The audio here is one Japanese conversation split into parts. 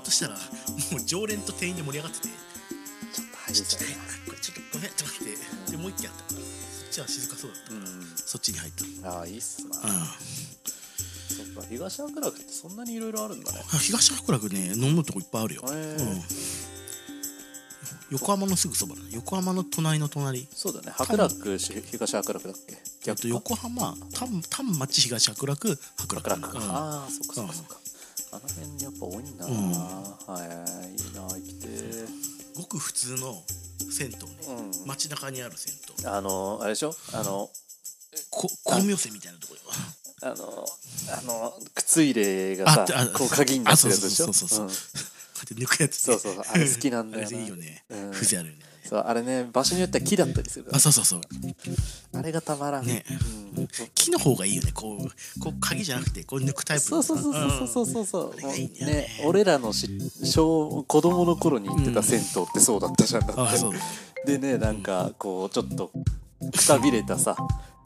としたらもう常連と店員で盛り上がっててちょっと入ちっょっとちゃねこれちょっとごめんちょっと待ってでもう一軒あったからそっちは静かそうだったうから、そっちに入ったな。ああ、いいっすな。うそっか、東白楽ってそんなにいろいろあるんだね。ん東白楽ね飲むとこいっぱいあるよ、へーうん、横浜のすぐそばだね横浜の隣の隣そうだね。白楽、し東白楽だっけえっと逆か横浜丹丹町東白楽白楽白楽か。うんああ、そっかそっかそっか。あの辺やっぱ多いんだな。うんはい、いいな、行きてー。ごく普通の銭湯ね、うん街中にある銭湯あの、あれでしょあの、こ光明船みたいなところよあの、あの、靴入れがああさ、こう鍵になってるやつでしょあそうそうそうそううんこうやって抜くやつそうそうそうあれ好きなんだよなあれいいよねうん風情あるよねそうあれね場所によっては木だったりするからあそうそうそうあれがたまらんねうん木の方がいいよねこうこう鍵じゃなくてこう抜くタイプそうそうそうそうそううそうそううんもうあれがいいんだよねね俺らのし小子供の頃に行ってた銭湯ってそうだったじゃんだんあっそうてでねなんかこうちょっとくたびれたさ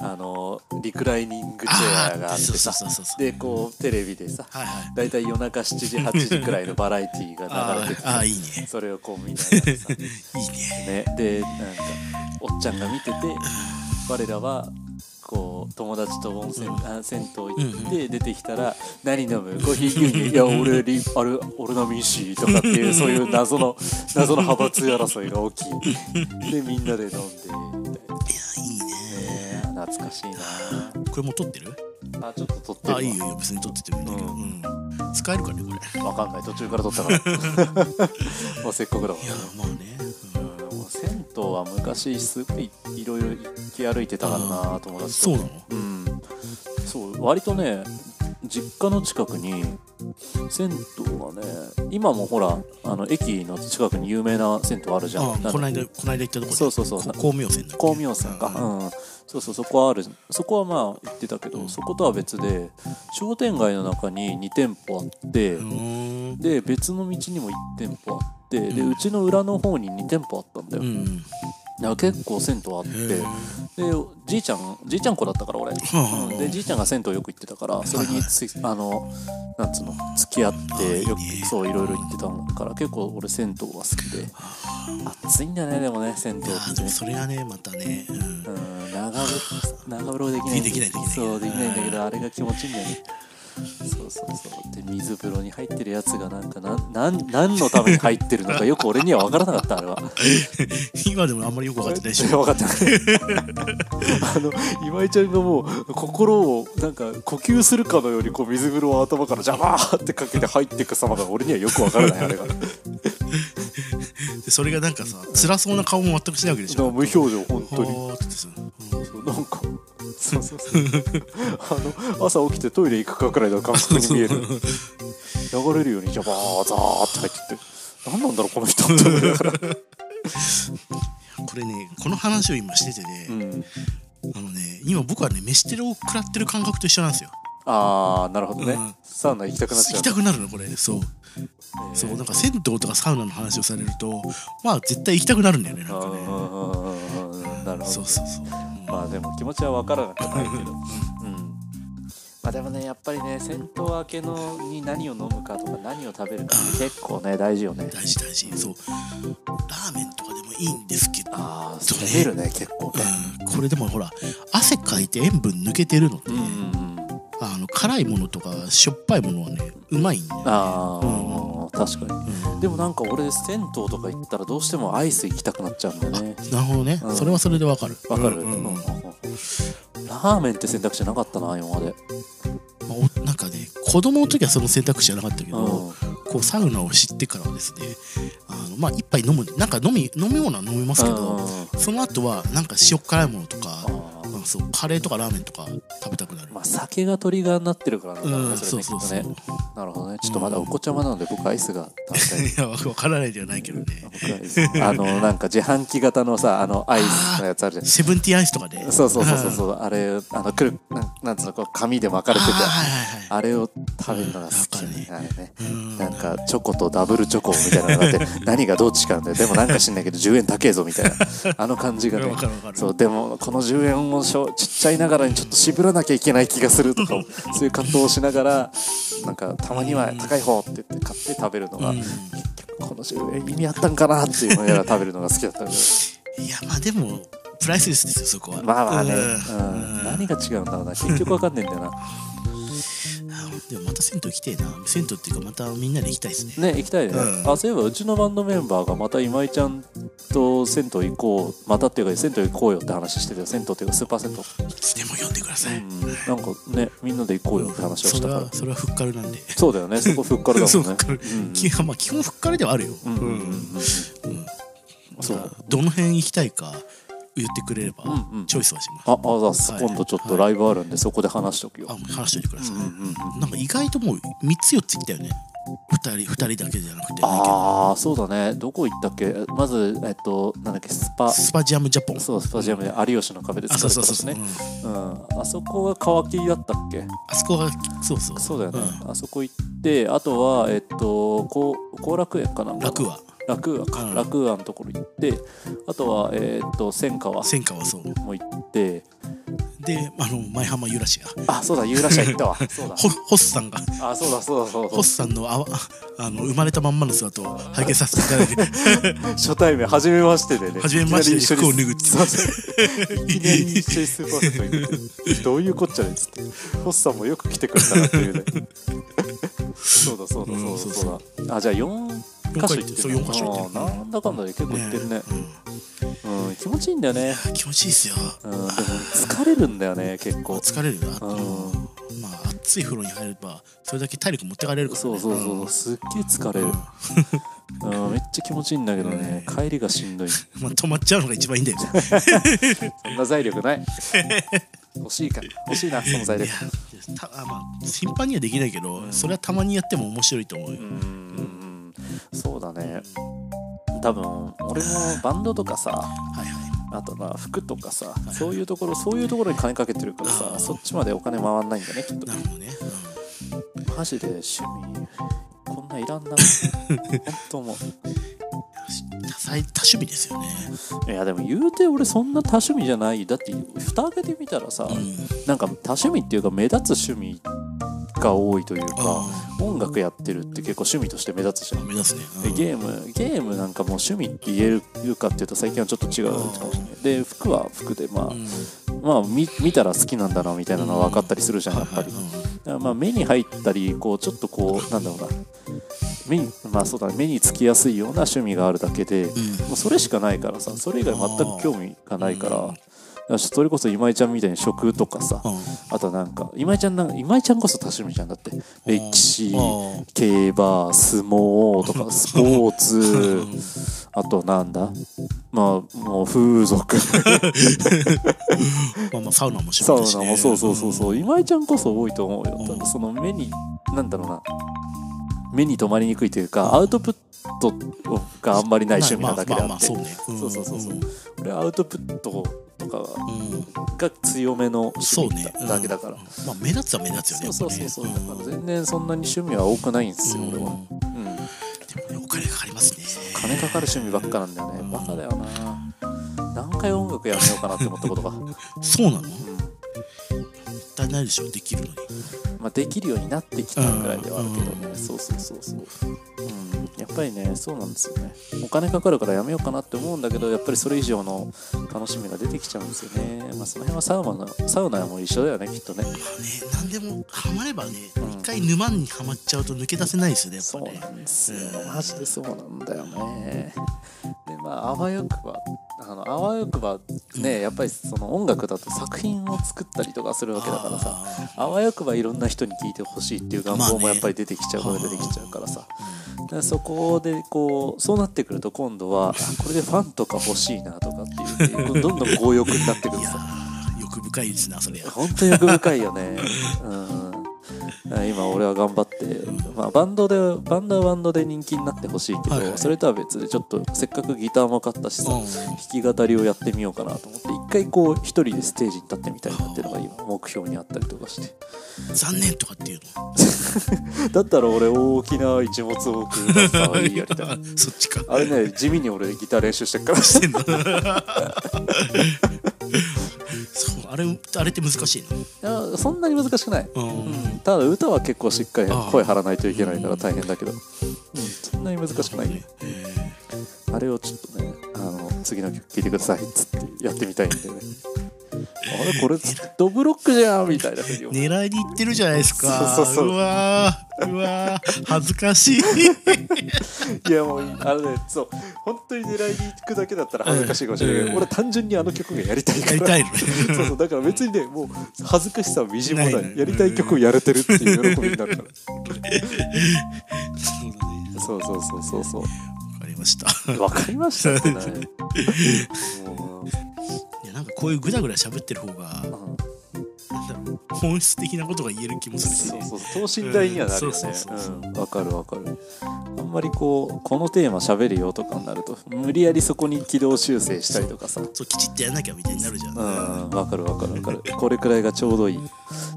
あのリクライニングチェアがあってそうそうさそうそうそうでこうテレビでさはいはい大体夜中7時8時くらいのバラエティーあが流れーて てあさーいいねそれをこう見ながらさいいねね、でなんかおっちゃんが見てて我らはこう友達と温泉、あ銭湯行って出てきたら「何飲むコーヒー牛乳いや俺リあれ俺飲みんし」とかって いうそういう謎の謎の派閥争いが起きでみんなで飲んでみたいいやいいねな、ね、懐かしいなこれもう撮ってるあちょっと撮ってるわあいいよいいよ別に撮っててもいいんだけど、ううん、使えるかねこれいわかんない途中から撮った からもうせっかくだもんやまあね、うんもう銭湯は昔すごいいろいろ行き歩いてたからな友達そとうなのうん、そう割とね実家の近くに銭湯がね今もほらあの駅の近くに有名な銭湯あるじゃんあなんこのだ間この間行ったとこそうそうそうこ光明線だっけ光明山か、うんうんそうそうそこはあるそこはまあ行ってたけど、うんそことは別で商店街の中に2店舗あって、うーんで別の道にも1店舗あって、でうんうちの裏の方に2店舗あったんだよ、うんだから結構銭湯あっへえてでじいちゃんじいちゃん子だったから俺、あうんでじいちゃんが銭湯よく行ってたからそれはいにつあのなんつうの付き合っあていいねよくそういろいろ行ってたもんから結構俺銭湯が好きで暑いんだねでもね銭湯っいやーてでねもそれがねまたね、うんうん長風呂長風呂できないできないできないそうできないんだけうどあれが気持ちいいんだよねそうそうそうで水風呂に入ってるやつがなんかなんなん何のために入ってるのかよく俺には分からなかったあれは 今でもあんまりよくわかってないでしょ分かってない あの今井ちゃんがもう心をなんか呼吸するかのようにこう水風呂を頭からジャバーってかけて入っていく様が俺にはよく分からない あれがでそれがなんかさ辛そうな顔も全くしないわけでしょ無表情本当にほーってさうんそうなんかそうそうそうあの朝起きてトイレ行くかくらいの感覚に見える流れるようにジャバーザーって入ってって何なんだろうこの人って思いながら、これねこの話を今しててうね、ん、あのね今僕はね飯テロを食らってる感覚と一緒なんですよああなるほどね、うんサウナ行きたくなっちゃ行うきたくなるのこれそうそうなんか銭湯とかサウナの話をされるとまあ絶対行きたくなるんだよねなんかねうんうんうんうんうんなるほどそうそうそう、まあでも気持ちは分からなくはないけど、うん、まあでもねやっぱりね銭湯明けのに何を飲むかとか何を食べるかって結構ね大事よね大事大事そうラーメンとかでもいいんですけど、ああそうね攻めるね結構ねうん、これでもほら汗かいて塩分抜けてるので、うんうんうんあの辛いものとかしょっぱいものはねうまいんだよ、ね、ああ確かうにんでもなんか俺銭湯とか行ったらどうしてもアイス行きたくなっちゃうんだよねなるほどね、うんそれはそれでわかるわかる、うんうんうんまあラーメンって選択肢なかったな今まで、おなんかね子供の時はその選択肢はなかったけうど、ん、こうサウナを知ってからはですねあのまあ一杯飲むなんか飲み飲み物は飲みますけうんどその後はなんか塩辛いものとかあーまあそうカレーとかラーメンとか食べたくなる、まあ酒がトリガーになってるからなんだろううねんそそれうねきそうっとそうねなるほどね。ちょっとまだお子ちゃまなので、僕アイスが食べたい。いやわからないではないけどね僕アイス。 あの、なんか自販機型のさ、あの、アイスのやつあるじセブンティーンアイスとかでゃん。そうそうそうそうそう。あれ、あの、くる、なんなんつうの、こう、紙で巻かれててあー。はいはいはいあれを食べるのが好きね。あれね。うんなんかチョコとダブルチョコみたいなのがあって何がどう違うんだよでもなんか知んないけど10円高えぞみたい なあの感じがねわかるわかるそうでもこの10円をしょちっちゃいながらにちょっと渋らなきゃいけない気がするとかそういう葛藤をしながらなんかたまには高い方って言って買って食べるのが、うんこの10円意味あったんかなっていう思いながら食べるのが好きだったんでいやまあでもプライスレスですよそこはまあまあね、うんうん、うん何が違うんだろうな結局わかんねえんだよなあでもまた銭湯行きてえな銭湯っていうかまたみんなで行きたいですねね行きたいね、うんあそういえばうちのバンドメンバーがまた今井ちゃんと銭湯行こうまたっていうか銭湯行こうよって話してたよ銭湯っていうかスーパー銭湯いつでも読んでください、うん、なんかねみんなで行こうよって話をしそたれからはそれはふっかるなんでそうだよねそこふっからだそもうんふっねかるうん基本まあ基本ふっかるではあるようんうんうんうんうんそそううどの辺行きたいか言ってくれればうんうんチョイスはします、ああざっすはい今度ちょっとライブあるんでそこで話しとくよあもう話しておいてください、うんうんうんなんか意外ともう3つ4つ行ったよね2人二人だけじゃなくてああそうだねどこ行ったっけまずえっとなんだっけスパスパジアムジャポンそうスパジアムで有吉の壁であ作そうったそうそとうそう、しねうんうんあそこが乾きだったっけあそこはそうそうそうだよねんあそこ行ってあとはえっとこう後楽園かな楽は楽園かうん楽園のところ行ってあとはえっと千川戦火はそうも行ってであの舞浜ユーラシアあそうだユーラシア行ったわ そうだホホスさんがあそうだそうだそうだホスさんのあわあの生まれたまんまの姿を拝見させていただいて初対面初めまして でね初めましてでいきなり一緒に服を脱ぐっていうそうそういきなり一緒にスーパーセント行くってどういうこっちゃねっつってホッサンもよく来てくれたなっていうねそうだそうだそううだんそそううだ、そうあじゃあ4四箇所回行行っっててるそう四箇所行ってるあーなんだかんだで結構行ってるねううん、気持ちいいんだよね、ん気持ちいいっすようん、でも疲れるんだよね結構疲れるなうんまあ熱い風呂に入ればそれだけ体力持ってかれるから、ね、そうそうそうすっげえ疲れる、うん、めっちゃ気持ちいいんだけどね帰りがしんどいうんまあ、止まっちゃうのが一番いいんだよねそんな財力ない 欲しいか欲しいなその財い力やたあまあ頻繁にはできないけど、それはたまにやっても面白いと思うよ、うんそうだね多分俺もバンドとかさはいはいあとな服とかさそういうところそういうところに金かけてるからさそっちまでお金回んないんだねきっなるほどね、うとマジで趣味こんないらんな本当思ん多彩多趣味ですよね、ういやでも言うて俺そんな多趣味じゃないだって蓋開けてみたらさ、うんなんか多趣味っていうか目立つ趣味が多いというかあ音楽やってるって結構趣味として目立つじゃんあ目指すね、でうんゲームゲームなんかもう趣味って言える言うかっていうと最近はちょっと違うかもしれないで服は服でまあ、うんまあ見見たら好きなんだなみたいなのは分かったりするじゃんやっぱはり、いはいうんだからまあ目に入ったりこうちょっとこうなんだろうな目にまあそうだね目につきやすいような趣味があるだけで、もうそれしかないからさそれ以外全く興味がないから,、うんだからそれこそ今井ちゃんみたいに食とかさ、うんあとなんか今井ちゃんなんか今井ちゃんこそ多趣味じゃんだって歴史あ競馬相撲と かスポーツうんあとなんだまあもう風 俗あまあまあサウナも趣サウ味だし、ナね、もそうそうそうそう今井ちゃんこそ多いと思うようん多分その目になんだろうな目に留まりにくいというかアウトプットがあんまりない趣味なだけでままあまってそうね、んそうそうそうそううん俺アウトプットとかうんが強めの趣そう味ねだだけだからうんまあ目立つは目立つよねそうそうそうそうやだっぱねから全然そんなに趣味は多くないんですようん俺うんはうんでもねお金かかりますね金かかる趣味ばっかなんだよねバカだよな何回音楽やめようかなって思った ことが、うんそうなのもったいないでしょできるのにまあ、できるようになってきたぐらいではあるけどね、そうそうそうそう、うん、やっぱりねそうなんですよねお金かかるからやめようかなって思うんだけどやっぱりそれ以上の楽しみが出てきちゃうんですよね、まあ、その辺はサウナのサウナも一緒だよねきっとねまあね何でもハマればねうん一回沼にはまっちゃうと抜け出せないですよねやっぱそうねなんですようんマジでそうなんだよねでまああわよくばあのあわよくばねやっぱりその音楽だと作品を作ったりとかするわけだからさああわよくばいろんな人に聞いてほしいっていう願まあ望ねもやっぱり出てきちゃう、うん出てきちゃうからさ、だからそこでこうそうなってくると今度はあこれでファンとか欲しいなとかっていうどんどん強欲になってくるーいやさー欲深いですなそれ本当に欲深いよね、うん、今俺は頑張って、まあ、バンドでバンドはバンドで人気になってほしいけど、はいはいそれとは別でちょっとせっかくギターも買ったしさ、うん弾き語りをやってみようかなと思って一回こう一人でステージに立ってみたいなっていうのが今目標にあったりとかして残念とかっていうのだったら俺大きな一物を送るのがいいやみたいな そっちかあれね地 味に俺ギター練習してっからしてんだそうあれあれって難しいやそんなに難しくない、のうん、うん、ただ歌は結構しっかりああ声張らないといけないから大変だけど、うん、そんなに難しくないねえあれをちょっとねあの次の曲聴いてくださいっつってやってみたいんだよねあれこれドブロックじゃんみたいなふうに思ーう狙いに行ってるじゃないですかそうそうそうわーうわー恥ずか しいいやもうあのねそう本当に狙いに行くだけだったら恥ずかしいかもしれないけど、うん俺単純にあの曲がやりたいかやらりたいの そうそうだから別にねもう恥ずかしさはみじんもないないねやりたい曲をやれてるっていう喜びになるからそうだねそうそうそうそうそうわかりましたわかりましたってなねもいやなんかこういうぐだぐだ喋ってる方がううんなんだろう本質的なことが言える気もすそるうしそうそう等身大にはなるようんそうねそうそううんわかるわかるあんまりこうこのテーマ喋るよとかになると無理やりそこに軌道修正したりとかさそうきちっとやんなきゃみたいになるじゃん、うんわかるわかるわかるこれくらいがちょうどいい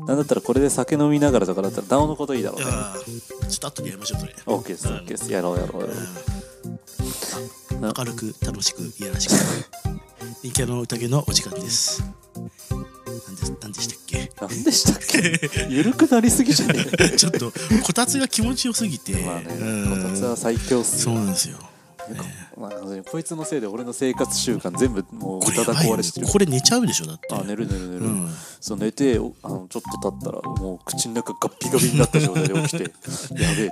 なんだったらこれで酒飲みながらとかだったらなおのこといいだろうねあーちょっと後でやりましょうそれ OK です OK ですやろうやろうやろううん明るく楽しくいやらしく陰キャの宴のお時間ですなんでなんでしたっ けなんでしたっけ緩くなりすぎじゃねえちょっとこたつが気持ちよすぎて、まあねうんこたつは最強っすそうなんですよまあこいつのせいで俺の生活習慣全部もうこれたやだばいよ壊ねれしてるこれ寝ちゃうでしょだってあ寝る寝る寝る、うんそう寝ておあのちょっと経ったらもう口の中ガッピガピになった状態で起きてやべえっつって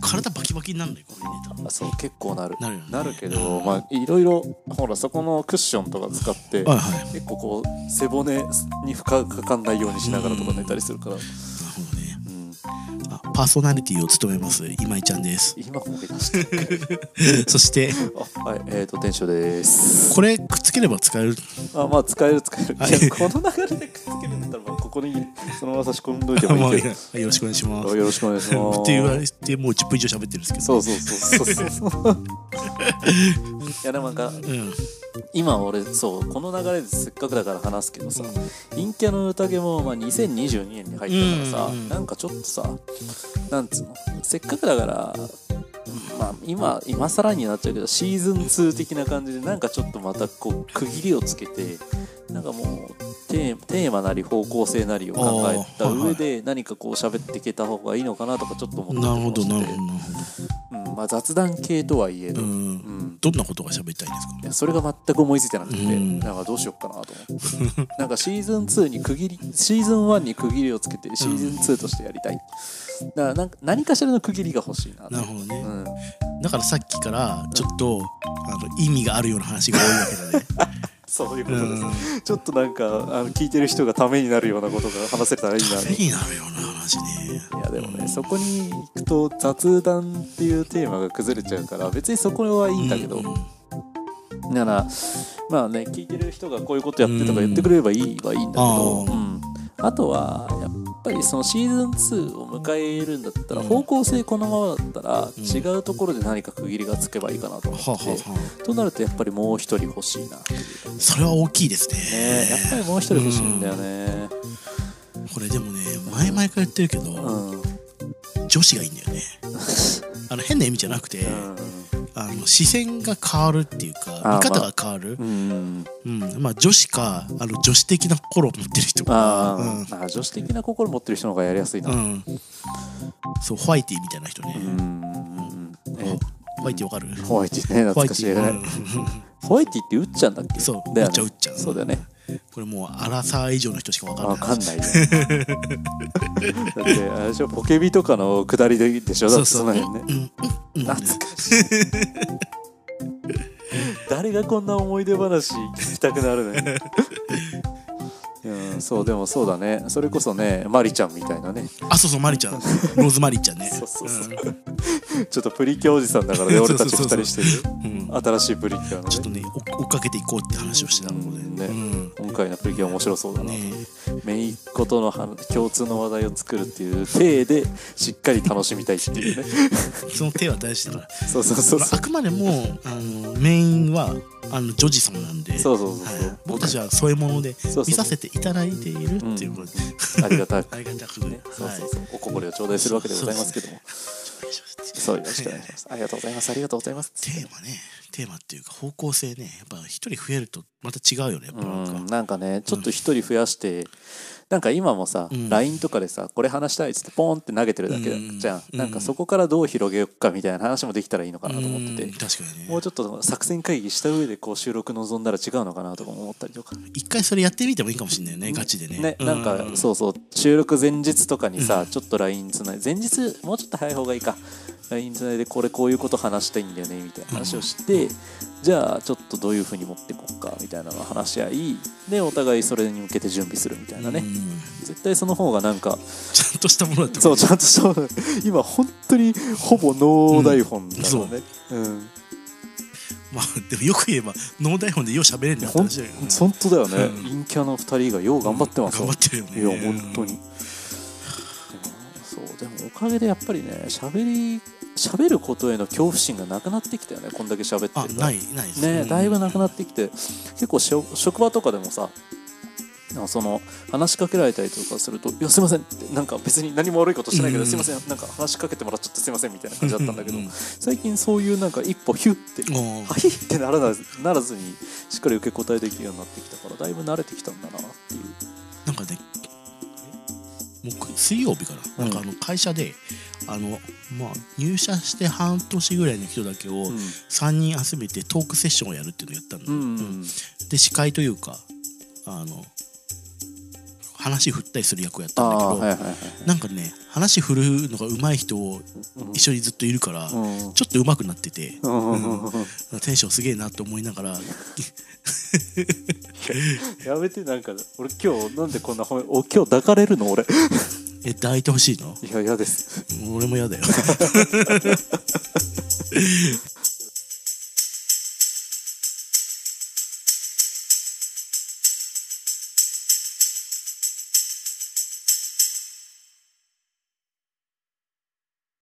体バキバキになるのよこれ寝たらあそう結構なるなるよねけどまあいろいろほらそこのクッションとか使ってはいはいなる結構こう背骨に負荷かかんないようにしながらとか寝たりするから、うほどねん、あパーソナリティを務めます今井ちゃんです 今こけましたそしてあはいえー、と店長ですこれくっつければ使えるあまあ使える使える、はいいやこの流れでくっつけるんだったらまあここにそのまま差し込んどいても まあいいいいけやはいよろしくお願いし ますどよろしくお願いします って言われてもう10分以上喋ってるんですけどそうそうそうそうそうそう いやでもなんかうん今俺そうこの流れでせっかくだから話すけどさ、陰キャの宴もまあ2022年に入ったからさ、うんうんなんかちょっとさなんつうのせっかくだからまあ今今更になっちゃうけどシーズン2的な感じでなんかちょっとまたこう区切りをつけてなんかもうテーテーマなり方向性なりを考えた上で何かこう喋っていけた方がいいのかなとかちょっと思ったなるほどりもなるしてほどなるほうんまあ、雑談系とはいえど、ど、ううんんどんなことが喋りたいんですかいやそれが全く思いついてなくて、うんなんかどうしようかなと思ってなんかシーズン2に区切りシーズン1に区切りをつけてシーズン2としてやりたいだからなんか何かしらの区切りが欲しいなとなるほどね、うん、だからさっきからちょっと、あの意味があるような話が多いわけだねそういうこうとです、んちょっとなんかあの聞いてる人がためになるようなことが話せたらいいな たとめになるような話ねいやでもねそこに行くと雑談っていうテーマが崩れちゃうから別にそこはいいんだけど、うんだからまあね聞いてる人がこういうことやってとか言ってくれればいいはいいんだけど、あーうんあとはやっぱりそのシーズン2を迎えるんだったらうん方向性このままだったらん違うところで何か区切りがつけばいいかなと思はあ、はって、あはとなるとやっぱりもう一人欲しいな、ねあ、それは大きいですねえ、やっぱりもう一人欲しいんだよねこれでもね前々から言ってるけど、うん、うん女子がいいんだ よねあの変な意味じゃなくて、あの視線が変わるっていうかあ見ー方が変わる、うん、うんまあ、女子かあの女子的な心を持ってる人あうんー、あー女子的な心持ってる人の方がやりやすいな、うん、そうホワイティみたいな人ね、うんえホワイティわかるホワイティねホワ懐イかテしいィ、ねうんホワイティってウッチャンだっけそうだよねウッチャンウッチャンそうだよねこれもうアラサー以上の人しかわかんないわか んないよだってあれでしょポケビとかの下りででしょだってその辺ねうん懐かしい誰がこんな思い出話聞きたくなるねうん、そうでもそうだねそれこそねマリちゃんみたいなねあそうそうマリ ちゃんローズマリちゃんねそうそうそうんちょっとプリキュアおじさんだからねそうそ俺うそたうちそう二人してるうん新しいプリキュアのちょっとねね追追っかけていこうって話をしてたのこれうんねうん今回のプリキュア面白そうだな、ねめいっ子との話共通の話題を作るっていう体でしっかり楽しみたいっていうね その手は大事だからそうそうそうそあうくまでもあのメインはあのジョジソンなんでそうそうそうそうはい僕たちはそういうものでそうそう見させていただいているっていうことでありがたくありがたくねね、そうはいそうそうおこぼれを頂戴するわけでございますけどもお願いしますそうよろしくお願いします。ありがとうございます。ありがとうございます。 テーマねテーマっていうか方向性ねやっぱ一人増えるとまた違うよねやっぱなんかうん、なんかねちょっと一人増やして、なんか今もさ、うん LINE とかでさこれ話したいっつってポンって投げてるだけうんじゃん、うんなんかそこからどう広げようかみたいな話もできたらいいのかなと思ってて、うん確かにねもうちょっと作戦会議した上でこう収録望んだら違うのかなとかも思ったりとか一回それやってみてもいいかもしれないよねガチでねね、なんかうそうそう収録前日とかにさ、ちょっと LINE つない前日もうちょっと早い方がいいか LINE つないでこれこういうこと話したいんだよねみたいな話をして、じゃあちょっとどういうふうに持ってこっかみたいなのを話し合いでお互いそれに向けて準備するみたいなね、うん絶対その方がなんかちゃんとしたものだってそうちゃんとそう今本当にほぼノー台本だからね、うんまあでもよく言えば脳台本でよう喋れんねんってほん話だよね本当だよね、うん陰キャの2人がよう頑張ってますよ頑張ってるよねいや本当に、でもそうでもおかげでやっぱりね喋り喋ることへの恐怖心がなくなってきたよねこんだけ喋ってるかあらないないですねだいぶなくなっってきて結構しょ職場とかでもさなんかその話しかけられたりとかすると「いやすいません」ってなんか別に何も悪いことしてないけど「うんすいませんなんか話しかけてもらっちゃってすいません」みたいな感じだったんだけどうんうんうん最近そういうなんか一歩ヒュッてても「はい」ってならなならずにしっかり受け答えできるようになってきたからだいぶ慣れてきたんだなっていう。うなんかね木水曜日かな,、うなんんかあの会社であの、まあ、入社して半年ぐらいの人だけをうん3人集めてトークセッションをやるっていうのをやったの、うんで司会というかあの話振ったりする役をやったんだけど、はいはい。なんかね話振るのが上手い人を一緒にずっといるから、緒にちょっと上手くなってて、ょテンションすげえなと思いながらやめてなんか俺今日なんでこんな褒めお今日抱かれるの俺いえ抱いてほしいのや嫌です俺も嫌だよ